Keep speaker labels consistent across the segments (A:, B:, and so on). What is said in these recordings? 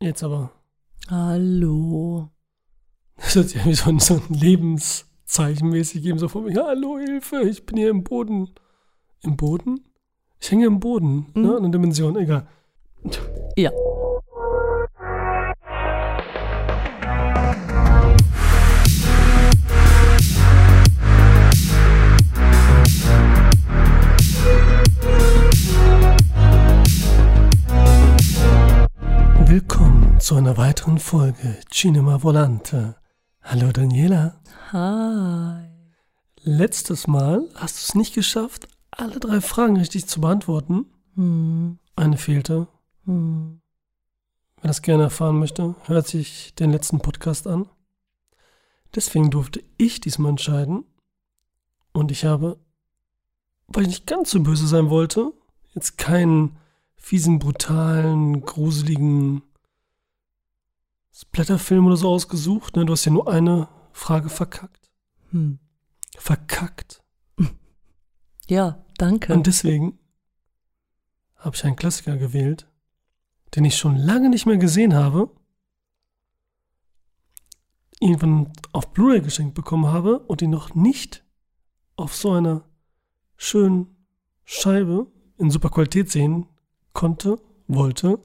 A: Jetzt aber.
B: Hallo.
A: Das ist irgendwie so ein, so ein Lebenszeichen mäßig eben so vor mir. Hallo, Hilfe, ich bin hier im Boden. Im Boden? Ich hänge im Boden,
B: Mhm.
A: ne? In einer Dimension, egal.
B: Ja.
A: Willkommen zu einer weiteren Folge Cinema Volante. Hallo Daniela.
B: Hi.
A: Letztes Mal hast du es nicht geschafft, alle drei Fragen richtig zu beantworten.
B: Hm.
A: Eine fehlte.
B: Hm.
A: Wer das gerne erfahren möchte, hört sich den letzten Podcast an. Deswegen durfte ich diesmal entscheiden. Und ich habe, weil ich nicht ganz so böse sein wollte, jetzt keinen fiesen, brutalen, gruseligen Splatterfilm oder so ausgesucht. Ne? Du hast ja nur eine Frage verkackt.
B: Hm.
A: Verkackt.
B: Ja, danke.
A: Und deswegen habe ich einen Klassiker gewählt, den ich schon lange nicht mehr gesehen habe, irgendwann auf Blu-ray geschenkt bekommen habe und ihn noch nicht auf so einer schönen Scheibe in super Qualität sehen konnte, wollte,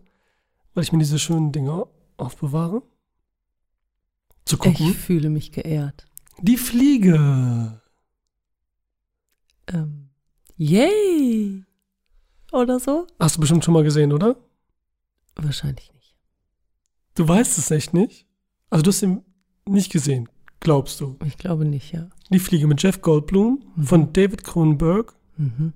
A: weil ich mir diese schönen Dinger aufbewahre. Zu gucken.
B: ich fühle mich geehrt.
A: Die Fliege.
B: Ähm. Yay. Oder so?
A: Hast du bestimmt schon mal gesehen, oder?
B: Wahrscheinlich nicht.
A: Du weißt es echt nicht? Also du hast ihn nicht gesehen, glaubst du.
B: Ich glaube nicht, ja.
A: Die Fliege mit Jeff Goldblum
B: Mhm.
A: von David Cronenberg,
B: Mhm.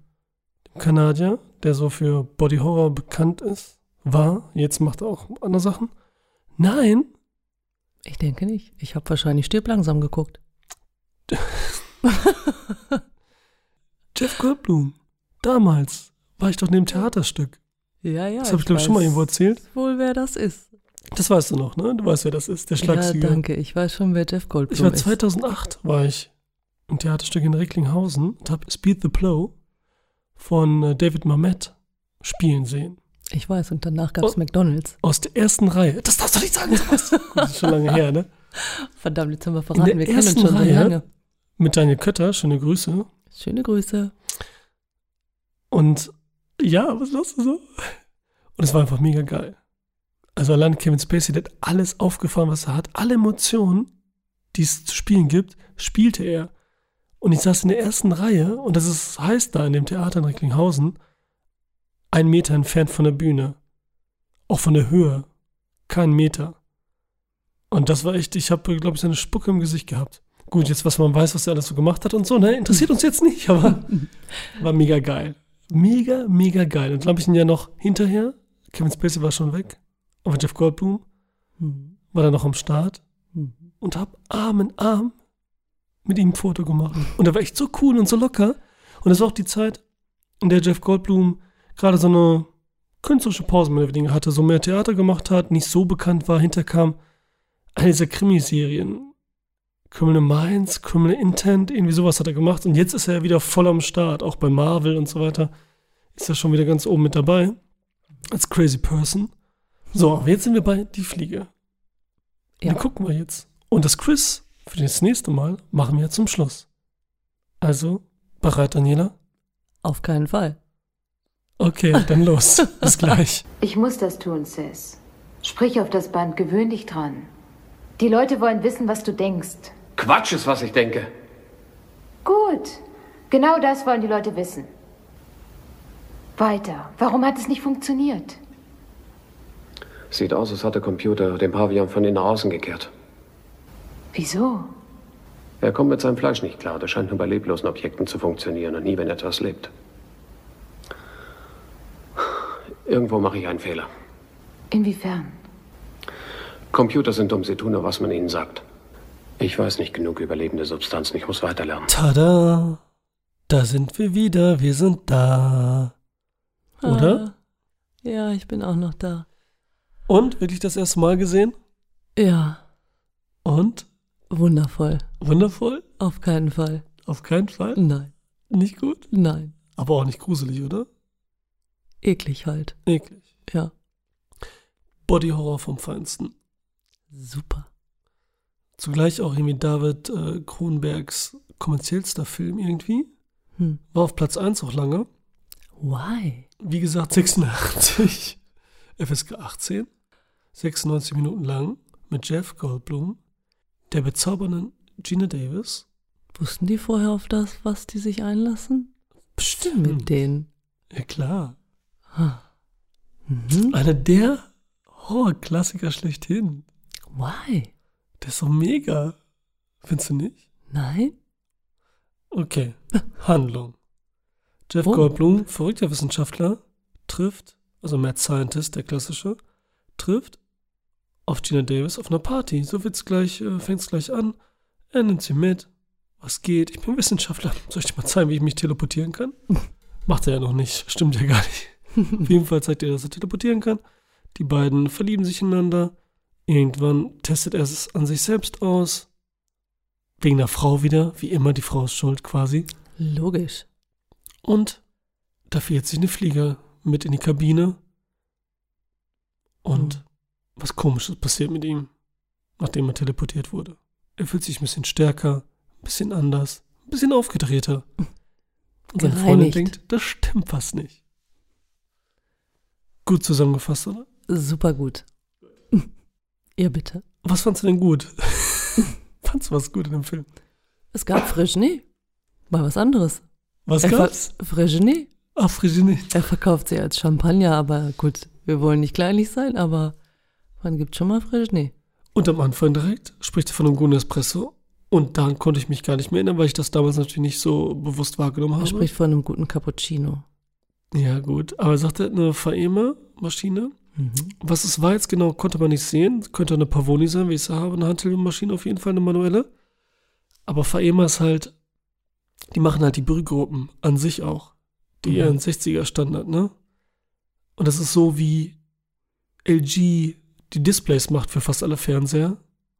A: dem Kanadier, der so für Body Horror bekannt ist, war, jetzt macht er auch andere Sachen. Nein,
B: Ich denke nicht. Ich habe wahrscheinlich stirb langsam geguckt.
A: Jeff Goldblum. Damals war ich doch in dem Theaterstück.
B: Ja, ja.
A: Das habe ich, glaube ich, schon mal
B: weiß
A: irgendwo erzählt.
B: Wohl, wer das ist.
A: Das weißt du noch, ne? Du weißt, wer das ist, der
B: Ja,
A: Schlagsieger.
B: danke. Ich weiß schon, wer Jeff Goldblum
A: Ich war
B: ist.
A: 2008 war ich im Theaterstück in Recklinghausen und habe Speed the Plow von äh, David Mamet spielen sehen.
B: Ich weiß. Und danach gab es
A: Oh.
B: McDonalds.
A: Aus der ersten Reihe. Das darfst du nicht sagen, sowas. Gut, das ist schon lange her, ne?
B: Verdammt, jetzt haben wir
A: der
B: verraten. Wir kennen uns
A: ersten
B: schon
A: Reihe?
B: so lange.
A: Mit Daniel Kötter, schöne Grüße.
B: Schöne Grüße.
A: Und ja, was lachst du so? Und es war einfach mega geil. Also allein Kevin Spacey, der hat alles aufgefahren, was er hat. Alle Emotionen, die es zu spielen gibt, spielte er. Und ich saß in der ersten Reihe und das ist, heißt da in dem Theater in Recklinghausen, ein Meter entfernt von der Bühne. Auch von der Höhe. Kein Meter. Und das war echt, ich habe, glaube ich, seine Spucke im Gesicht gehabt. Gut, jetzt, was man weiß, was er alles so gemacht hat und so, ne, interessiert uns jetzt nicht, aber war mega geil. Mega, mega geil. Und dann habe ich ihn ja noch hinterher. Kevin Spacey war schon weg. Aber Jeff Goldblum
B: Hm.
A: war dann noch am Start
B: Hm.
A: und habe Arm in Arm mit ihm ein Foto gemacht. Und er war echt so cool und so locker. Und das war auch die Zeit, in der Jeff Goldblum gerade so eine künstlerische Pause mehr oder weniger hatte, so mehr Theater gemacht hat, nicht so bekannt war, hinterkam all diese Krimiserien. Criminal Minds, Criminal Intent, irgendwie sowas hat er gemacht. Und jetzt ist er wieder voll am Start, auch bei Marvel und so weiter. Ist er schon wieder ganz oben mit dabei. Als Crazy Person. So, aber jetzt sind wir bei Die Fliege.
B: Ja.
A: Den gucken wir jetzt. Und das Quiz für das nächste Mal machen wir zum Schluss. Also, bereit, Daniela?
B: Auf keinen Fall.
A: Okay, dann los. Bis gleich.
C: Ich muss das tun, Sis. Sprich auf das Band, gewöhn dich dran. Die Leute wollen wissen, was du denkst.
D: Quatsch ist, was ich denke.
C: Gut. Genau das wollen die Leute wissen. Weiter. Warum hat es nicht funktioniert?
D: Sieht aus, als hat der Computer den Pavian von innen nach außen gekehrt.
C: Wieso?
D: Er kommt mit seinem Fleisch nicht klar. Das scheint nur bei leblosen Objekten zu funktionieren und nie, wenn etwas lebt. Irgendwo mache ich einen Fehler.
C: Inwiefern?
D: Computer sind dumm, sie tun nur, was man ihnen sagt. Ich weiß nicht genug über lebende Substanzen, ich muss weiterlernen.
A: Tada! Da sind wir wieder, wir sind da. Oder?
B: Ah, ja, ich bin auch noch da.
A: Und wirklich das erste Mal gesehen?
B: Ja,
A: Und?
B: wundervoll.
A: Wundervoll?
B: Auf keinen Fall.
A: Auf keinen Fall.
B: Nein,
A: Nicht gut.
B: nein.
A: Aber auch nicht gruselig, oder?
B: Eklig halt.
A: Eklig.
B: Ja.
A: Body Horror vom Feinsten.
B: Super.
A: Zugleich auch irgendwie David äh, Kronbergs kommerziellster Film irgendwie.
B: Hm.
A: War auf Platz 1 auch lange.
B: Why?
A: Wie gesagt, 86. FSK 18. 96 Minuten lang mit Jeff Goldblum, der bezaubernden Gina Davis.
B: Wussten die vorher auf das, was die sich einlassen? Bestimmt. Mit denen.
A: Ja klar.
B: Mhm.
A: Einer der Horror-Klassiker schlechthin.
B: Why?
A: Der ist so mega. Findest du nicht?
B: Nein?
A: Okay. Handlung. Jeff
B: Oh.
A: Goldblum, verrückter Wissenschaftler, trifft, also Mad Scientist, der klassische, trifft auf Gina Davis auf einer Party. So wird's gleich, äh, fängt's gleich an. Er nimmt sie mit. Was geht? Ich bin Wissenschaftler. Soll ich dir mal zeigen, wie ich mich teleportieren kann? Macht er ja noch nicht. Stimmt ja gar nicht. auf jeden Fall zeigt er, dass er teleportieren kann. Die beiden verlieben sich ineinander. Irgendwann testet er es an sich selbst aus. Wegen der Frau wieder. Wie immer, die Frau ist schuld quasi.
B: Logisch.
A: Und da fährt sich eine Fliege mit in die Kabine. Und
B: Mhm.
A: was Komisches passiert mit ihm, nachdem er teleportiert wurde. Er fühlt sich ein bisschen stärker, ein bisschen anders, ein bisschen aufgedrehter. Und seine Freundin
B: Gereinigt.
A: denkt, das stimmt was nicht. Gut zusammengefasst, oder?
B: Super gut. Ihr bitte.
A: Was fandst du denn gut? fandst du was gut in dem Film?
B: Es gab Frigenie. War was anderes.
A: Was
B: Er ver-
A: gab's?
B: Frigenie.
A: Ach, Frigine.
B: Er verkauft sie als Champagner, aber gut, wir wollen nicht kleinlich sein, aber man gibt schon mal Frigenie.
A: Und am Anfang direkt spricht er von einem guten Espresso. Und daran konnte ich mich gar nicht mehr erinnern, weil ich das damals natürlich nicht so bewusst wahrgenommen
B: Er
A: habe.
B: spricht von einem guten Cappuccino.
A: ja, gut. Aber er sagte, eine Faema-Maschine.
B: Mhm.
A: Was es war jetzt genau, konnte man nicht sehen. Könnte eine Pavoni sein, wie ich es habe. Eine Handhebemaschine auf jeden Fall, eine manuelle. Aber Faema ist halt, die machen halt die Brühgruppen an sich auch. Die
B: Mhm.
A: ihren 60er-Standard, ne? Und das ist so, wie LG die Displays macht für fast alle Fernseher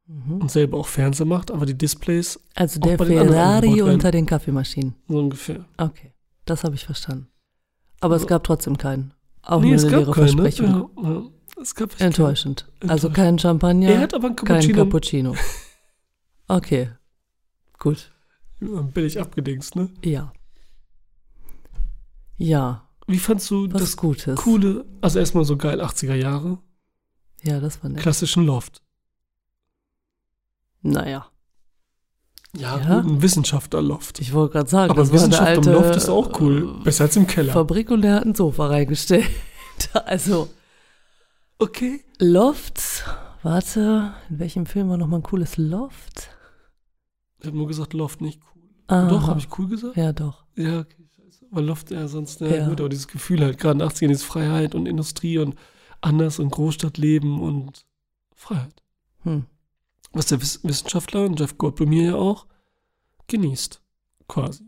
B: Mhm.
A: und selber auch Fernseher macht, aber die Displays
B: Also
A: Auch
B: der
A: bei den anderen
B: Ferrari
A: Importländern.
B: unter den Kaffeemaschinen.
A: So ungefähr.
B: Okay, das habe ich verstanden. Aber
A: So.
B: es gab trotzdem keinen. Auch nur eine leere Versprechung.
A: Ja, ne? ja. Es gab echt
B: Enttäuschend. Also
A: Also Enttäuschend.
B: kein Champagner,
A: Keinen. Er hat aber einen
B: kein
A: Cappuccino
B: Cappuccino. Okay, gut.
A: billig abgedingst, ne?
B: Ja. Ja,
A: Wie fandst du
B: was
A: das
B: Gutes.
A: coole, also erstmal so geil 80er Jahre,
B: Ja, das war nett.
A: klassischen Loft?
B: Naja,
A: Ja,
B: Ja.
A: gut, ein Wissenschaftler-Loft.
B: ich wollte gerade sagen,
A: Aber
B: das war der
A: Wissenschaft
B: alte äh,
A: im Loft ist auch cool. Besser als im Keller.
B: Fabrik und der hat ein Sofa reingestellt. Also,
A: okay.
B: Lofts. Warte, in welchem Film war nochmal ein cooles Loft?
A: Ich habe nur gesagt, Loft nicht cool.
B: Ah,
A: Doch, habe ich cool gesagt?
B: Ja, doch.
A: Ja, okay, scheiße. Weil Loft ja sonst, ja,
B: Ja.
A: gut, aber dieses Gefühl halt, gerade in den 80ern, ist Freiheit und Industrie und anders und Großstadtleben und Freiheit.
B: Hm.
A: was der Wiss- Wissenschaftler und Jeff Goldblum hier ja auch genießt, quasi.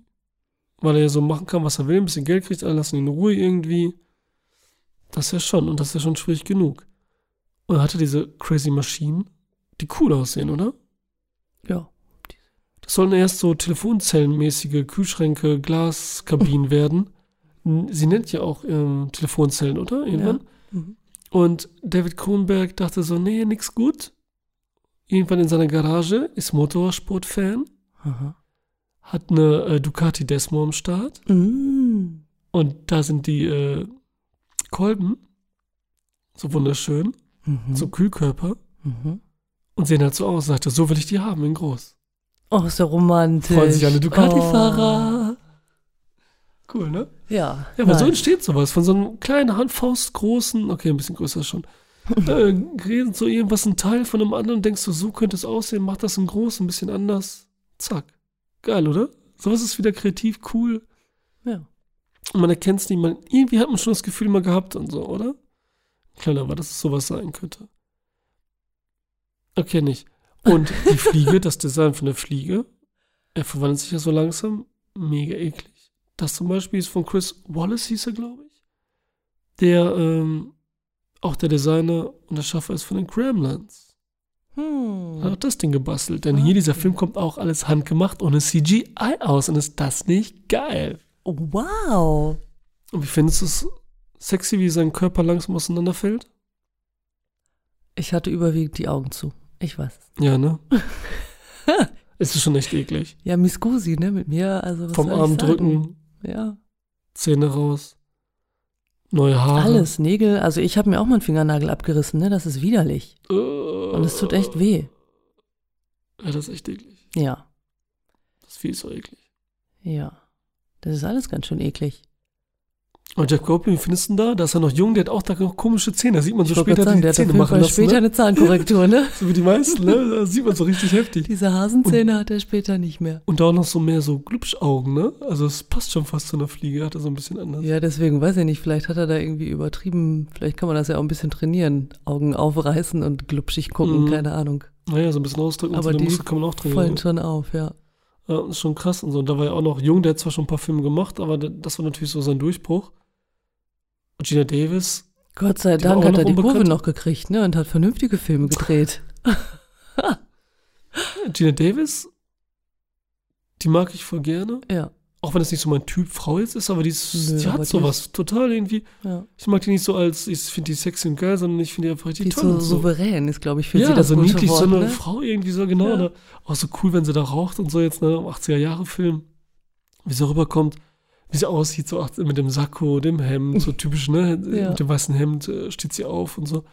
A: Weil er ja so machen kann, was er will, ein bisschen Geld kriegt, alle lassen ihn in Ruhe irgendwie. Das ist ja schon, und das ist ja schon schwierig genug. Und er hatte diese crazy Maschinen, die cool aussehen, oder?
B: Ja.
A: Das sollen erst so Telefonzellenmäßige Kühlschränke, Glaskabinen werden. N- Sie nennt ja auch ähm, Telefonzellen, oder? Irgendwann.
B: Mhm.
A: Und David Kronberg dachte so, nee, nix gut. Irgendwann in seiner Garage ist Motorsport-Fan,
B: Aha.
A: hat eine äh, Ducati Desmo am Start Mhm.
B: Mm.
A: und da sind die äh, Kolben so wunderschön,
B: Mhm.
A: so Kühlkörper
B: Mhm.
A: und sehen halt so aus. Sagt er, so will ich die haben in groß.
B: Oh, ist ja romantisch.
A: Freuen sich alle
B: Oh.
A: Ducati-Fahrer. Cool, ne?
B: Ja.
A: Ja, aber so
B: nein.
A: entsteht sowas. Von so einem kleinen Handfaust großen, okay, ein bisschen größer schon, äh, redet so irgendwas ein Teil von einem anderen, denkst du, so könnte es aussehen, mach das in groß, ein bisschen anders. Zack. Geil, oder? Sowas ist wieder kreativ, cool.
B: Ja.
A: Und man erkennt es nicht, man, irgendwie hat man schon das Gefühl mal gehabt und so, oder? Kleiner, aber dass es sowas sein könnte. Okay, nicht. Und die Fliege, das Design von der Fliege, er verwandelt sich ja so langsam, mega eklig. Das zum Beispiel ist von Chris Wallace, hieß er, glaube ich. Der, ähm, auch der Designer und der Schaffer ist von den Gremlins. Hat
B: Hm.
A: auch das Ding gebastelt. Denn hier, dieser Film kommt auch alles handgemacht ohne CGI aus. Und ist das nicht geil?
B: Oh, Wow.
A: Und wie findest du es sexy, wie sein Körper langsam auseinanderfällt?
B: Ich hatte überwiegend die Augen zu. Ich weiß. es.
A: Ja, ne? es ist schon echt eklig.
B: Ja, Miskusi, ne? Mit mir, also was
A: Vom
B: soll ich
A: Arm
B: sagen?
A: drücken,
B: Ja.
A: Zähne raus, neue Haare.
B: Alles, Nägel. Also ich habe mir auch mal einen Fingernagel abgerissen, ne? Das ist widerlich.
A: Äh,
B: Und es tut
A: Oh.
B: echt weh.
A: Ja, das ist echt eklig.
B: Ja.
A: Das Vieh ist so eklig.
B: Ja. Das ist alles ganz schön eklig.
A: Und Jeff Goldblum, wie findest du ihn da? Da ist er noch jung, der hat auch da noch komische Zähne. Da sieht man so
B: Ich wollte
A: später,
B: gerade
A: die
B: sagen,
A: die
B: der hat auf
A: Zähne
B: jeden
A: machen
B: Fall
A: lassen.
B: später
A: Ne?
B: eine Zahnkorrektur, ne?
A: So wie die meisten, ne? Da sieht man so richtig heftig.
B: Diese Hasenzähne hat er später nicht mehr.
A: Und da auch noch so mehr so Glubschaugen, ne? Also es passt schon fast zu einer Fliege, hat er so ein bisschen anders.
B: Ja, deswegen weiß ich nicht, vielleicht hat er da irgendwie übertrieben, vielleicht kann man das ja auch ein bisschen trainieren, Augen aufreißen und glubschig gucken,
A: Mhm.
B: keine Ahnung.
A: Naja, so ein bisschen ausdrücken, und
B: Aber
A: so den
B: die
A: Muskel kann man auch trainieren. ne?
B: Fallen schon auf, ja.
A: Ja, das ist schon krass und so. Und da war er auch noch jung, der hat zwar schon ein paar Filme gemacht, aber da- das war natürlich so sein Durchbruch. Und Gina Davis,
B: Gott sei
A: Die war
B: Dank
A: auch
B: hat
A: noch
B: er die Kurve
A: unbekannt.
B: noch gekriegt, ne, und hat vernünftige Filme gedreht.
A: äh, Gina Davis, die mag ich voll gerne.
B: Ja,
A: Auch wenn das nicht so mein Typ Frau jetzt ist, aber die, ist,
B: Nö,
A: die
B: aber
A: hat
B: die
A: sowas total irgendwie.
B: ja.
A: Ich mag die nicht so als, ich finde die sexy und geil, sondern ich finde die einfach richtig
B: Die ist
A: toll.
B: so
A: und so.
B: souverän ist, glaube ich, für
A: Ja,
B: sie das
A: so
B: gute
A: niedlich,
B: Wort,
A: so eine
B: ne?
A: Frau irgendwie so, genau.
B: Ja.
A: Ne? Auch so cool, wenn sie da raucht und so jetzt, ne, im 80er-Jahre-Film, wie sie rüberkommt, wie sie aussieht, so acht- mit dem Sakko, dem Hemd, so typisch, ne,
B: Ja.
A: mit dem weißen Hemd äh, steht sie auf und so.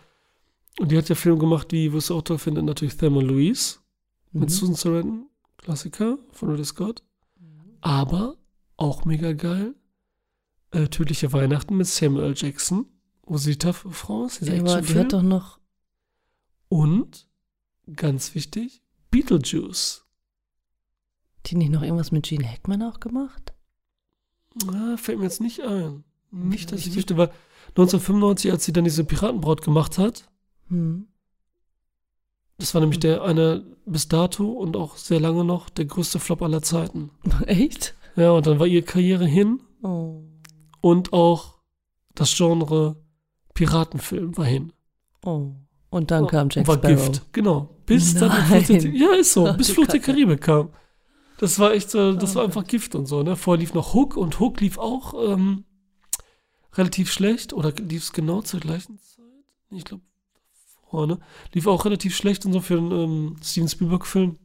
A: Und die hat ja Filme gemacht, wie, wirst du auch toll finden, natürlich Thelma und Louise
B: Mhm.
A: mit Susan Sarandon, Klassiker von Ridley Scott.
B: Mhm.
A: Aber auch mega geil, äh, Tödliche Weihnachten mit Samuel L. Jackson, wo sie die taffe Frau ist, dieser
B: Ja, aber die
A: Actionfilm.
B: hat doch noch,
A: Und, ganz wichtig, Beetlejuice.
B: die nicht noch irgendwas mit Gene Hackman auch gemacht?
A: Ah, fällt mir jetzt nicht ein. Nicht, dass ich
B: Richtig.
A: wüsste, weil 1995, als sie dann diese Piratenbraut gemacht hat,
B: Hm.
A: das war nämlich der eine bis dato und auch sehr lange noch der größte Flop aller Zeiten.
B: Echt?
A: Ja, und dann war ihre Karriere hin
B: Oh.
A: und auch das Genre Piratenfilm war hin.
B: Oh. Und dann kam Jack
A: war
B: Sparrow.
A: Gift, genau. Bis dann
B: Nein.
A: Flucht der, Ja, ist so,
B: Ach,
A: bis
B: du
A: Flucht der
B: Kacke.
A: Karibik kam. Das war echt so, das
B: Oh
A: war einfach Gift und so, ne? Vorher lief noch Hook und Hook lief auch ähm, relativ schlecht oder lief es genau zur gleichen Zeit? Nee, Ich glaube vorne. Lief auch relativ schlecht und so für einen ähm, Steven Spielberg-Film.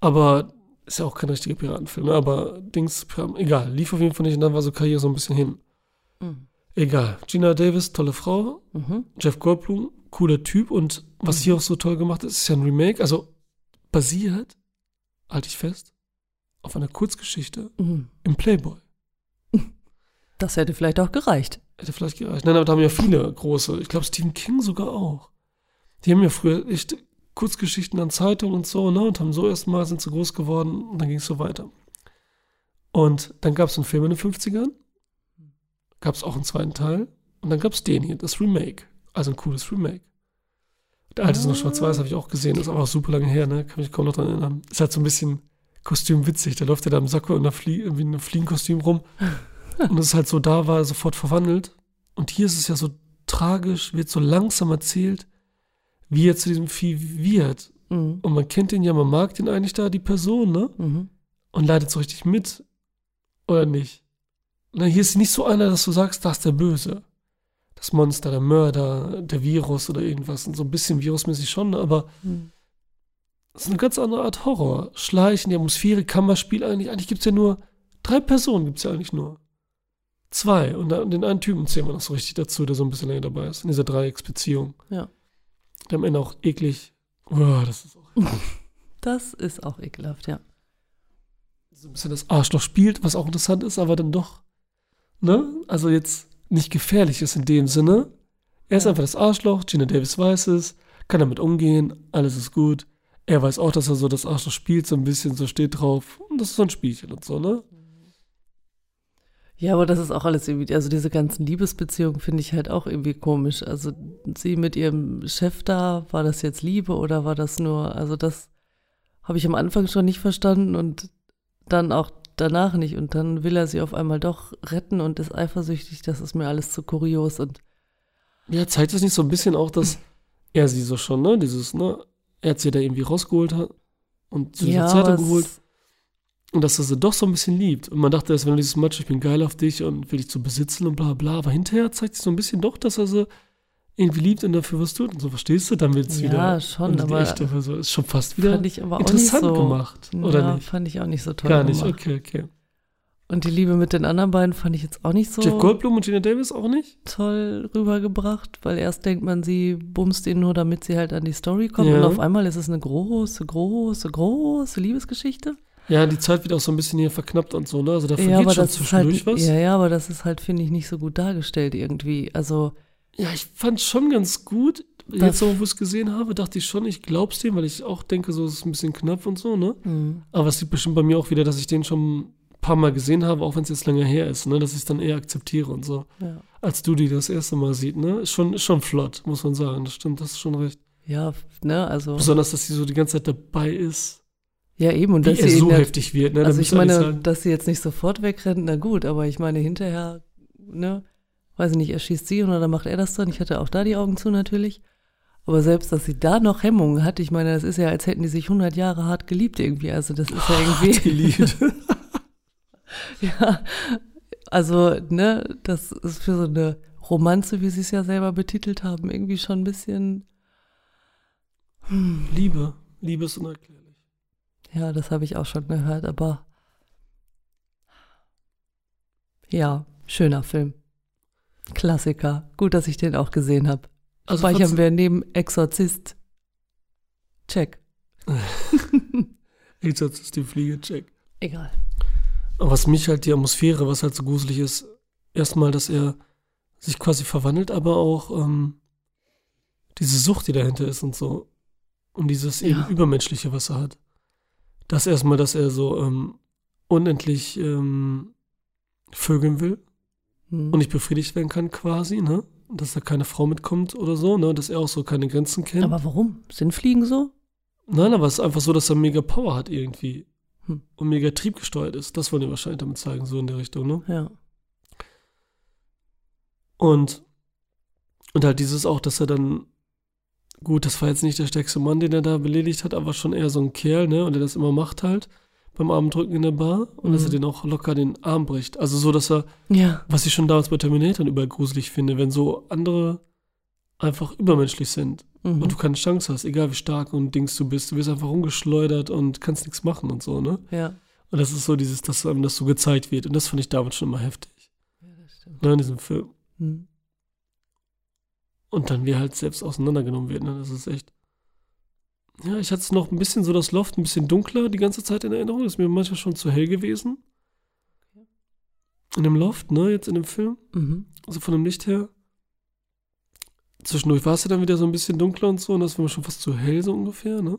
A: Aber ist ja auch kein richtiger Piratenfilm, ne? aber Dings, Piraten, egal, lief auf jeden Fall nicht und dann war so Karriere so ein bisschen hin.
B: Mhm.
A: Egal. Gina Davis, tolle Frau,
B: Mhm.
A: Jeff Goldblum, cooler Typ und was hier auch so toll gemacht ist, ist ja ein Remake, also basiert, halte ich fest, auf einer Kurzgeschichte
B: Mhm.
A: im Playboy.
B: Das hätte vielleicht auch gereicht.
A: Hätte vielleicht gereicht. Nein, aber da haben ja viele große, ich glaube Stephen King sogar auch. Die haben ja früher echt Kurzgeschichten an Zeitungen und so, ne, und haben so erstmal, sind so groß geworden und dann ging es so weiter. Und dann gab es einen Film in den 50ern, gab es auch einen zweiten Teil und dann gab es den hier, das Remake. Also ein cooles Remake. Der alte ist noch schwarz-weiß, habe ich auch gesehen, ist aber auch super lange her, ne? Kann mich kaum noch dran erinnern. Ist halt so ein bisschen kostümwitzig, da läuft er da im Sakko und da flie irgendwie in einem Fliegenkostüm rum. Und es ist halt so, da war er sofort verwandelt. Und hier ist es ja so tragisch, wird so langsam erzählt, wie er zu diesem Vieh wird.
B: Mhm.
A: Und man kennt ihn ja, man mag den eigentlich da, die Person, ne?
B: Mhm.
A: Und leidet so richtig mit. Oder nicht? Na, hier ist nicht so einer, dass du sagst, das ist der Böse. Das Monster, der Mörder, der Virus oder irgendwas. Und so ein bisschen virusmäßig schon, ne? aber
B: Mhm.
A: das ist eine ganz andere Art Horror. Schleichen, die Atmosphäre, Kammerspiel eigentlich. Eigentlich gibt es ja nur drei Personen, gibt es ja eigentlich nur. Zwei. Und dann den einen Typen zählen wir noch so richtig dazu, der so ein bisschen länger dabei ist. In dieser Dreiecksbeziehung.
B: Ja.
A: Der am Ende auch eklig. Uah, das ist auch
B: Das ist auch ekelhaft, ja.
A: so ein bisschen das Arschloch spielt, was auch interessant ist, aber dann doch. Ne? Also jetzt nicht gefährlich ist in dem Sinne. Er ist einfach das Arschloch, Gina Davis weiß es, kann damit umgehen, alles ist gut. Er weiß auch, dass er so das Arschloch spielt, so ein bisschen, so steht drauf. Und das ist so ein Spielchen und so, ne?
B: Ja, aber das ist auch alles irgendwie, also diese ganzen Liebesbeziehungen finde ich halt auch irgendwie komisch. Also sie mit ihrem Chef da, war das jetzt Liebe oder war das nur, also das habe ich am Anfang schon nicht verstanden und dann auch danach nicht. Und dann will er sie auf einmal doch retten und ist eifersüchtig, das ist mir alles zu kurios und
A: Ja, zeigt das nicht so ein bisschen auch, dass er sie so schon, ne? Dieses, ne? Er hat sie da irgendwie rausgeholt hat und zu
B: ja,
A: dieser Zeitung
B: aber es-
A: geholt. Und dass er sie doch so ein bisschen liebt. Und man dachte erst, wenn du dieses Match, ich bin geil auf dich und will dich zu besitzen und bla bla. Aber hinterher zeigt sich so ein bisschen doch, dass er sie irgendwie liebt und dafür was tut und so, verstehst du? Dann wird es
B: Ja,
A: wieder.
B: schon,
A: und die
B: aber-
A: echte Version ist schon fast wieder
B: fand ich aber auch
A: interessant
B: nicht so,
A: gemacht, oder
B: ja,
A: nicht?
B: fand ich auch nicht so toll
A: Gar nicht,
B: gemacht.
A: okay, okay.
B: Und die Liebe mit den anderen beiden fand ich jetzt auch nicht so
A: Jeff Goldblum und Gina Davis auch nicht?
B: toll rübergebracht, weil erst denkt man, sie bumst ihn nur, damit sie halt an die Story kommt
A: Ja.
B: und auf einmal ist es eine große, große, große Liebesgeschichte.
A: Ja, die Zeit wird auch so ein bisschen hier verknappt und so, ne? Also da
B: Ja,
A: vergeht
B: aber
A: schon
B: das ist halt,
A: zwischendurch was.
B: ja, ja, aber das ist halt, finde ich, nicht so gut dargestellt irgendwie. Also,
A: Ja, ich fand schon ganz gut.
B: Das-
A: Jetzt, wo ich es gesehen habe, dachte ich schon, ich glaub's dem, weil ich auch denke, so ist es ein bisschen knapp und so, ne?
B: Mhm.
A: Aber es liegt bestimmt bei mir auch wieder, dass ich den schon ein paar Mal gesehen habe, auch wenn es jetzt länger her ist, ne? Dass ich es dann eher akzeptiere und so.
B: ja.
A: Als du die das erste Mal sieht, ne? Ist schon, ist schon flott, muss man sagen. Das stimmt, das ist schon recht.
B: Ja, ne, also.
A: Besonders, dass sie so die ganze Zeit dabei ist.
B: Ja, eben. Und
A: Wie
B: dass
A: er
B: sie
A: so
B: ihn ja-
A: heftig wird, ne? Da
B: Also
A: muss
B: ich
A: ehrlich
B: meine,
A: sagen.
B: dass sie jetzt nicht sofort wegrennt, na gut, aber ich meine hinterher, ne, weiß ich nicht, er schießt sie und dann macht er das dann. Ich hatte auch da die Augen zu natürlich. Aber selbst, dass sie da noch Hemmungen hat, ich meine, das ist ja, als hätten die sich 100 Jahre hart geliebt irgendwie. Also das ist ja irgendwie,
A: geliebt.
B: ja, also ne, das ist für so eine Romanze, wie sie es ja selber betitelt haben, irgendwie schon ein bisschen,
A: Liebe. Liebe ist unerklärlich.
B: ja, das habe ich auch schon gehört, aber ja, schöner Film. Klassiker. Gut, dass ich den auch gesehen habe.
A: Also fandst-
B: Speichern wir neben Exorzist. Check.
A: Jetzt ist die Fliege, check.
B: Egal.
A: Aber was mich halt die Atmosphäre, was halt so gruselig ist, erstmal, dass er sich quasi verwandelt, aber auch ähm, diese Sucht, die dahinter ist und so. Und dieses eben
B: Ja.
A: Übermenschliche, was er hat. Das erstmal, dass er so ähm, unendlich ähm, vögeln will
B: Hm.
A: und nicht befriedigt werden kann, quasi, ne? Und Dass da keine Frau mitkommt oder so, ne? Dass er auch so keine Grenzen kennt.
B: aber warum? Sind Fliegen so?
A: Nein, aber es ist einfach so, dass er mega Power hat irgendwie.
B: Hm.
A: Und mega triebgesteuert ist. Das wollen die wahrscheinlich damit zeigen, so in der Richtung, ne?
B: Ja.
A: Und, und halt dieses auch, dass er dann, gut, das war jetzt nicht der stärkste Mann, den er da beledigt hat, aber schon eher so ein Kerl, ne? Und der das immer macht halt beim Armdrücken in der Bar und dass er
B: Mhm.
A: den auch locker den Arm bricht. Also so, dass er,
B: Ja.
A: was ich schon damals bei Terminatoren übergruselig finde, wenn so andere einfach übermenschlich sind
B: Mhm.
A: und du keine Chance hast, egal wie stark und Dings du bist, du wirst einfach rumgeschleudert und kannst nichts machen und so, ne?
B: ja.
A: Und das ist so dieses, dass einem das so gezeigt wird und das fand ich damals schon immer heftig,
B: Ja, das stimmt.
A: ne, in diesem Film.
B: Hm.
A: Und dann wir halt selbst auseinandergenommen werden. Ne? Das ist echt. Ja, ich hatte es noch ein bisschen so das Loft, ein bisschen dunkler die ganze Zeit in Erinnerung. Ist mir manchmal schon zu hell gewesen. In dem Loft, ne, jetzt in dem Film.
B: Mhm.
A: Also von dem Licht her. Zwischendurch war es ja dann wieder so ein bisschen dunkler und so. Und das war mir schon fast zu hell, so ungefähr, ne?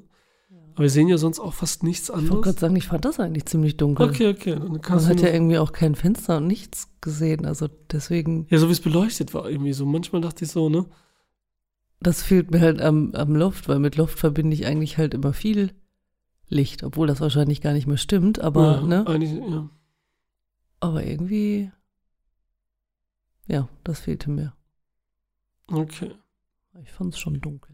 A: Aber wir sehen ja sonst auch fast nichts
B: Ich wollte
A: anderes.
B: gerade sagen, ich fand das eigentlich ziemlich dunkel.
A: okay, okay. Dann
B: Man
A: kannst du
B: hat ja
A: ja,
B: irgendwie auch kein Fenster und nichts gesehen. Also deswegen,
A: ja, so wie es beleuchtet war irgendwie so. Manchmal dachte ich so, ne?
B: das fehlt mir halt am, am Loft, weil mit Loft verbinde ich eigentlich halt immer viel Licht, obwohl das wahrscheinlich gar nicht mehr stimmt, aber
A: ja,
B: ne?
A: Eigentlich, ja.
B: Aber irgendwie, ja, das fehlte mir.
A: Okay.
B: Ich fand es schon dunkel.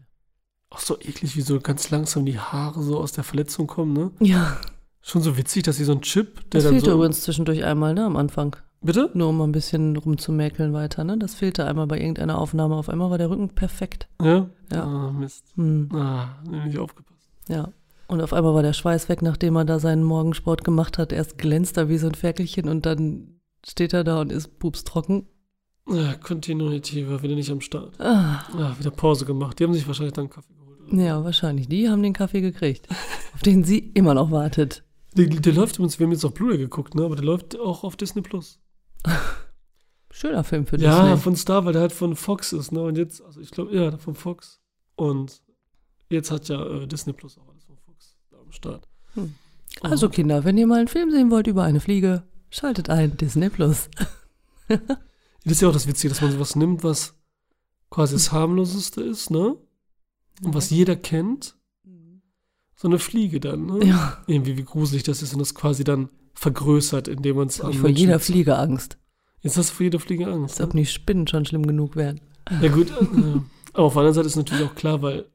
A: Auch so eklig, wie so ganz langsam die Haare so aus der Verletzung kommen, ne?
B: Ja,
A: Schon so witzig, dass sie so ein Chip, der
B: das
A: dann
B: fehlte
A: so.
B: übrigens zwischendurch einmal, ne, am Anfang.
A: Bitte?
B: Nur um ein bisschen rumzumäkeln weiter, ne? Das fehlte einmal bei irgendeiner Aufnahme. Auf einmal war der Rücken perfekt.
A: Ja?
B: Ja.
A: Ah, Mist.
B: Hm,
A: Ah, hab nicht aufgepasst.
B: ja. Und auf einmal war der Schweiß weg, nachdem er da seinen Morgensport gemacht hat. Erst glänzt er wie so ein Ferkelchen und dann steht er da und ist pupstrocken.
A: Ah, Continuity war wieder nicht am Start.
B: Ah,
A: Ah, wieder Pause gemacht. Die haben sich wahrscheinlich dann einen Kaffee geholt. oder?
B: ja, wahrscheinlich. Die haben den Kaffee gekriegt, auf den sie immer noch wartet.
A: Der, der läuft übrigens, wir haben jetzt auf Blu-ray geguckt, ne? Aber der läuft auch auf Disney Plus.
B: Schöner Film für
A: Ja,
B: Disney.
A: von Star, weil der halt von Fox ist, ne? Und jetzt, also ich glaube, ja, von Fox. Und jetzt hat ja äh, Disney Plus auch alles von Fox da am Start. oh.
B: Also Kinder, wenn ihr mal einen Film sehen wollt über eine Fliege, schaltet ein Disney Plus.
A: Das ist ja auch das Witzige, dass man sowas nimmt, was quasi das harmloseste ist, ne? Und was jeder kennt. So eine Fliege dann, ne?
B: Mhm. Ja.
A: Irgendwie, wie gruselig das ist und das quasi dann vergrößert, indem man es
B: Hab ich vor jeder Fliege Angst.
A: Jetzt hast du vor jeder Fliege Angst.
B: Als ob nicht Spinnen schon schlimm genug wären.
A: Ja, gut. äh, aber auf der anderen Seite ist natürlich auch klar, weil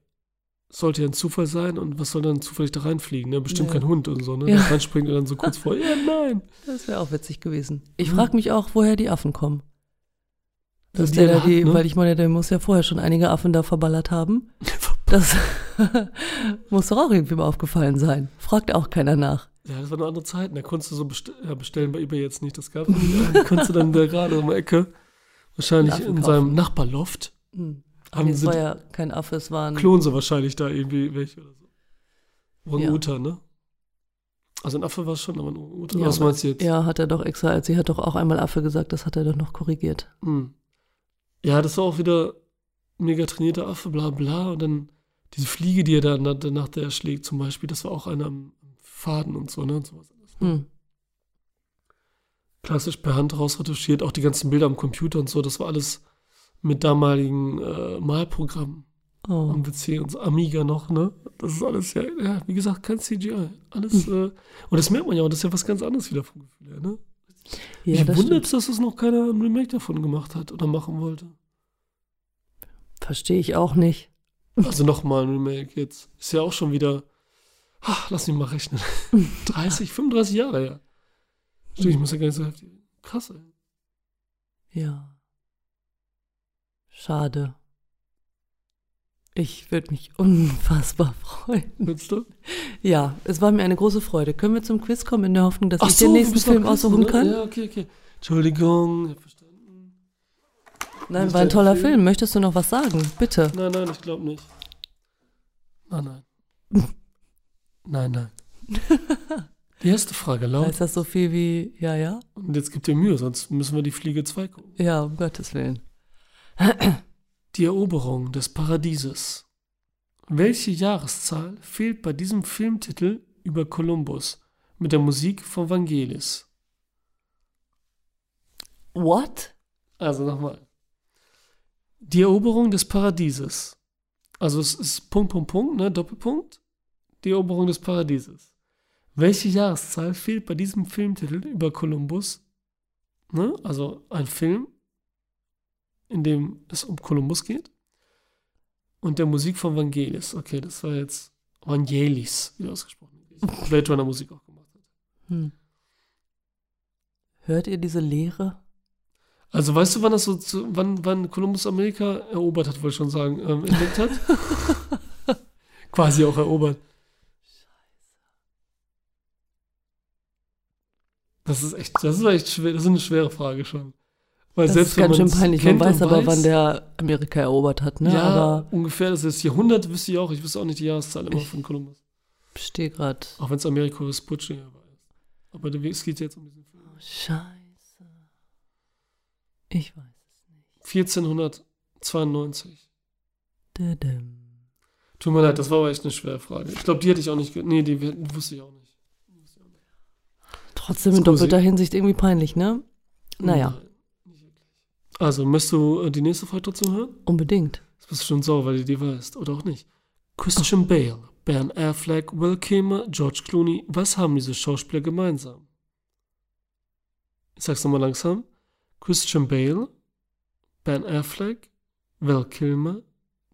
A: es sollte ja ein Zufall sein und was soll dann zufällig da reinfliegen, ne? Bestimmt
B: Ja.
A: kein Hund und so, ne?
B: Ja.
A: Der reinspringt und dann so kurz vor, ja, nein.
B: Das wäre auch witzig gewesen. Ich frage mich auch, woher die Affen kommen. Dass
A: Mhm. die
B: der
A: er
B: da
A: hat,
B: die,
A: ne?
B: Weil ich meine, der muss ja vorher schon einige Affen da verballert haben. Das muss doch auch irgendwem aufgefallen sein. Fragt auch keiner nach.
A: Ja, das war eine andere Zeit. Da konntest du so bestell, ja, bestellen bei eBay jetzt nicht, das gab's nicht. Da konntest du dann da gerade um die Ecke, wahrscheinlich
B: Einen Affen
A: in seinem Nachbarloft, haben
B: Hm. Nee, es
A: sie
B: war ja kein Affe, es war ein.
A: klonen sie wahrscheinlich da irgendwie welche oder so. Orang-Utan, ne? Also ein Affe war es schon, aber ein Orang-Utan.
B: Ja,
A: Was
B: aber-
A: meinst du jetzt?
B: Ja, hat er doch extra, als sie hat doch auch einmal Affe gesagt, das hat er doch noch korrigiert.
A: Hm. Ja, das war auch wieder mega trainierter Affe, bla bla. Und dann diese Fliege, die er da na- danach der erschlägt zum Beispiel, das war auch einer am Faden und so, ne? Und sowas.
B: Hm.
A: klassisch per Hand rausretuschiert, auch die ganzen Bilder am Computer und so, das war alles mit damaligen äh, Malprogrammen
B: Oh.
A: am PC und so, Amiga noch, ne? Das ist alles ja, ja wie gesagt, kein CGI. Alles,
B: Hm.
A: äh, und das merkt man ja auch, das ist ja was ganz anderes wieder vom Gefühl her, ne?
B: Ja,
A: ich
B: das
A: wundere
B: stimmt.
A: es, dass das noch keiner ein Remake davon gemacht hat oder machen wollte.
B: Verstehe ich auch nicht.
A: Also nochmal ein Remake jetzt. Ist ja auch schon wieder, ha, lass mich mal rechnen, 30, 35 Jahre her. Stimmt, ich muss ja gar nicht so heftig. Krass, ey.
B: Ja. Schade. Ich würde mich unfassbar freuen.
A: Willst du?
B: Ja, es war mir eine große Freude. Können wir zum Quiz kommen in der Hoffnung, dass ich
A: so,
B: den
A: du
B: nächsten
A: bist noch
B: Film
A: Christen,
B: aussuchen
A: ne?
B: kann?
A: Ja, okay, okay. Entschuldigung, ich hab verstanden.
B: Nein,
A: Ist
B: war ein
A: der
B: toller
A: Film-
B: Film. Möchtest du noch was sagen? Bitte.
A: Nein, nein, ich glaube nicht. Nein, nein. nein, nein. Die erste Frage
B: Heißt
A: lautet,
B: das so viel wie, ja, ja?
A: und jetzt gibt ihr Mühe, sonst müssen wir die Fliege 2 gucken.
B: Ja, um Gottes Willen.
A: Die Eroberung des Paradieses. Welche Jahreszahl fehlt bei diesem Filmtitel über Kolumbus mit der Musik von Vangelis?
B: What?
A: Also nochmal. Die Eroberung des Paradieses. Also es ist Punkt, Punkt, Punkt, ne? Doppelpunkt. Die Eroberung des Paradieses. Welche Jahreszahl fehlt bei diesem Filmtitel über Kolumbus? Ne? Also ein Film, in dem es um Kolumbus geht. Und der Musik von Vangelis. Okay, das war jetzt Vangelis, wie ausgesprochen wird. Blade Runner Musik auch gemacht hat.
B: Hm. Hört ihr diese Leere?
A: Also weißt du, wann das so zu, wann, wann Kolumbus Amerika erobert hat, wollte ich schon sagen, ähm, entdeckt hat? Quasi auch erobert. Das ist echt, das ist echt schwer, das ist eine schwere Frage schon. Weil
B: Das
A: selbst
B: ist ganz
A: wenn
B: schön
A: man's
B: peinlich. Man
A: kennt
B: weiß
A: und
B: aber, wann der Amerika erobert hat, ne?
A: ja,
B: Aber
A: ungefähr, das ist das Jahrhundert, wüsste ich auch, ich wüsste auch nicht die Jahreszahl immer
B: Ich-
A: von Kolumbus.
B: ich stehe gerade.
A: Auch wenn es Amerika Vespucci war. Aber der- es geht jetzt um diesen Film.
B: Scheiße. Ich weiß es nicht.
A: 1492.
B: Dadam.
A: Tut mir leid, das war aber echt eine schwere Frage. Ich glaube, die hätte ich auch nicht. ge- Nee, die hätten- wusste ich auch nicht.
B: Trotzdem in
A: Scusi.
B: doppelter Hinsicht irgendwie peinlich, ne? Naja,
A: Nein, nicht wirklich. Also, möchtest du äh, die nächste Frage trotzdem
B: Mhm.
A: hören?
B: unbedingt.
A: Jetzt bist du schon sauer, weil du die weißt. Oder auch nicht. Christian Bale, Ben Affleck, Will Kilmer, George Clooney. Was haben diese Schauspieler gemeinsam? Ich sag's nochmal langsam. Christian Bale, Ben Affleck, Will Kilmer,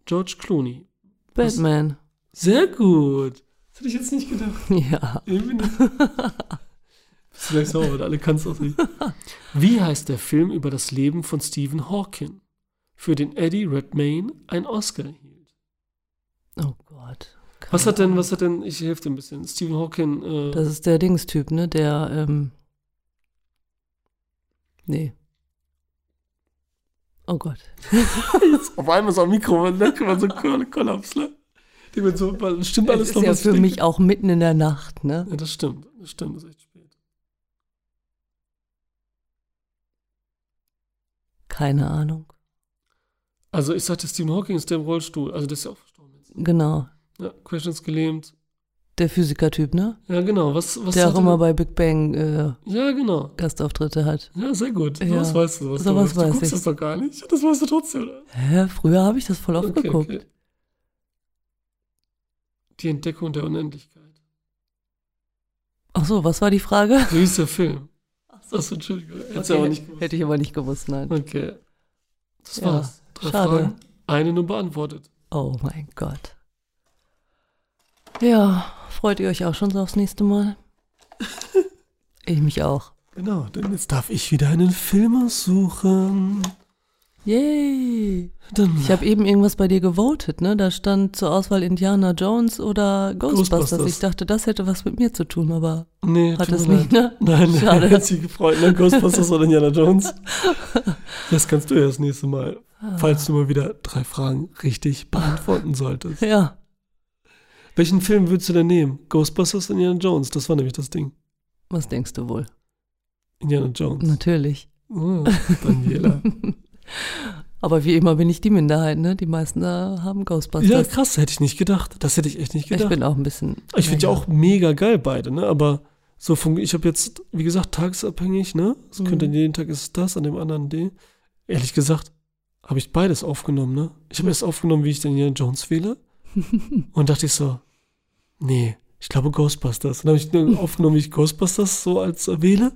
A: George Clooney. Was?
B: Batman.
A: Sehr gut. Das hätte ich jetzt nicht gedacht.
B: Ja.
A: Irgendwie nicht. Bist du gleich sauer, weil du alle kannst auch nicht. Wie heißt der Film über das Leben von Stephen Hawking, für den Eddie Redmayne einen Oscar erhielt?
B: Oh Gott. Keine
A: Was hat denn,
B: Ahnung.
A: was hat denn, ich helfe dir ein bisschen, Stephen Hawking, äh,
B: Das ist der Dingstyp, ne? Der, ähm. Nee. Oh Gott.
A: auf einmal so am Mikro, da kann man so einen Kollaps, ne? Ich bin so, weil es stimmt
B: Das
A: alles
B: ist
A: noch,
B: ja
A: was
B: für
A: ich
B: mich
A: denke.
B: auch mitten in der Nacht, ne?
A: Ja, das stimmt, das stimmt, das ist echt spät.
B: Keine Ahnung.
A: Also ich sagte, Stephen Hawking ist der im Rollstuhl, also der ist ja auch verstorben jetzt.
B: Genau.
A: Ja, Questions gelähmt.
B: Der Physikertyp, ne?
A: Ja, genau, was, was
B: der
A: hat
B: auch
A: er-
B: immer bei Big Bang äh,
A: Ja, genau.
B: Gastauftritte hat.
A: Ja, sehr gut.
B: Ja.
A: Sowas weißt du, was
B: Sowas
A: du weißt.
B: weiß
A: Du guckst
B: ich.
A: das doch gar nicht. Das weißt du trotzdem, oder?
B: Hä? Früher habe ich das voll oft geguckt.
A: Die Entdeckung der Unendlichkeit.
B: Ach so, was war die Frage?
A: So hieß der Film. Achso, Entschuldigung. Hättest du aber nicht gewusst.
B: Hätte ich aber nicht gewusst, nein.
A: Okay. Das
B: Ja,
A: war's. Drei
B: schade.
A: Fragen. Eine nur beantwortet.
B: Oh mein Gott. Ja, freut ihr euch auch schon so aufs nächste Mal? Ich mich auch.
A: Genau, denn jetzt darf ich wieder einen Film aussuchen.
B: Yay!
A: Dann
B: Ich habe eben irgendwas bei dir gewotet, ne? Da stand zur Auswahl Indiana Jones oder Ghostbusters.
A: Ghostbusters.
B: Ich dachte, das hätte was mit mir zu tun, aber
A: nee,
B: hat
A: tut
B: es
A: mir
B: nicht,
A: leid.
B: ne?
A: Nein,
B: Schade.
A: hat sie gefreut, ne? Ghostbusters oder Indiana Jones. Das kannst du ja das nächste Mal, falls du mal wieder drei Fragen richtig beantworten solltest.
B: ja.
A: Welchen Film würdest du denn nehmen? Ghostbusters oder Indiana Jones? Das war nämlich das Ding.
B: Was denkst du wohl?
A: Indiana Jones.
B: Natürlich.
A: Oh, Daniela.
B: Aber wie immer bin ich die Minderheit, ne? Die meisten da haben Ghostbusters.
A: ja, krass, hätte ich nicht gedacht. Das hätte ich echt nicht gedacht.
B: ich bin auch ein bisschen.
A: Ich finde ja auch mega geil beide, ne? Aber so fun- ich habe jetzt, wie gesagt, tagesabhängig, ne? Es könnte an jedem Tag ist das, an dem anderen D. Ehrlich gesagt, habe ich beides aufgenommen, ne? Ich habe erst aufgenommen, wie ich den Indiana Jones wähle. und dachte ich so, nee, ich glaube Ghostbusters. Dann habe ich nur aufgenommen, wie ich Ghostbusters so als äh, wähle.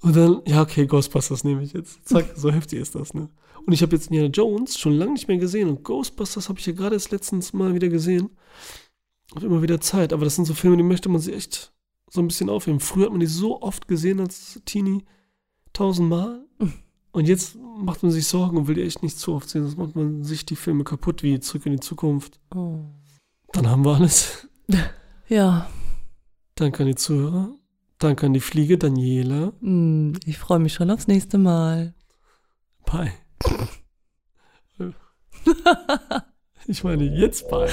A: Und dann, ja, okay, Ghostbusters nehme ich jetzt. Zack, so heftig ist das, ne? Und ich habe jetzt Indiana Jones schon lange nicht mehr gesehen und Ghostbusters habe ich ja gerade erst letztens mal wieder gesehen. Hab immer wieder Zeit, aber das sind so Filme, die möchte man sich echt so ein bisschen aufheben. Früher hat man die so oft gesehen als Teenie, tausendmal. Und jetzt macht man sich Sorgen und will die echt nicht zu oft sehen, sonst macht man sich die Filme kaputt, wie Zurück in die Zukunft.
B: Oh.
A: Dann haben wir alles.
B: Ja,
A: Dann kann die Zuhörer, dann kann die Fliege, Daniela.
B: mm, ich freue mich schon aufs nächste Mal.
A: Bye. Ich meine, jetzt bye.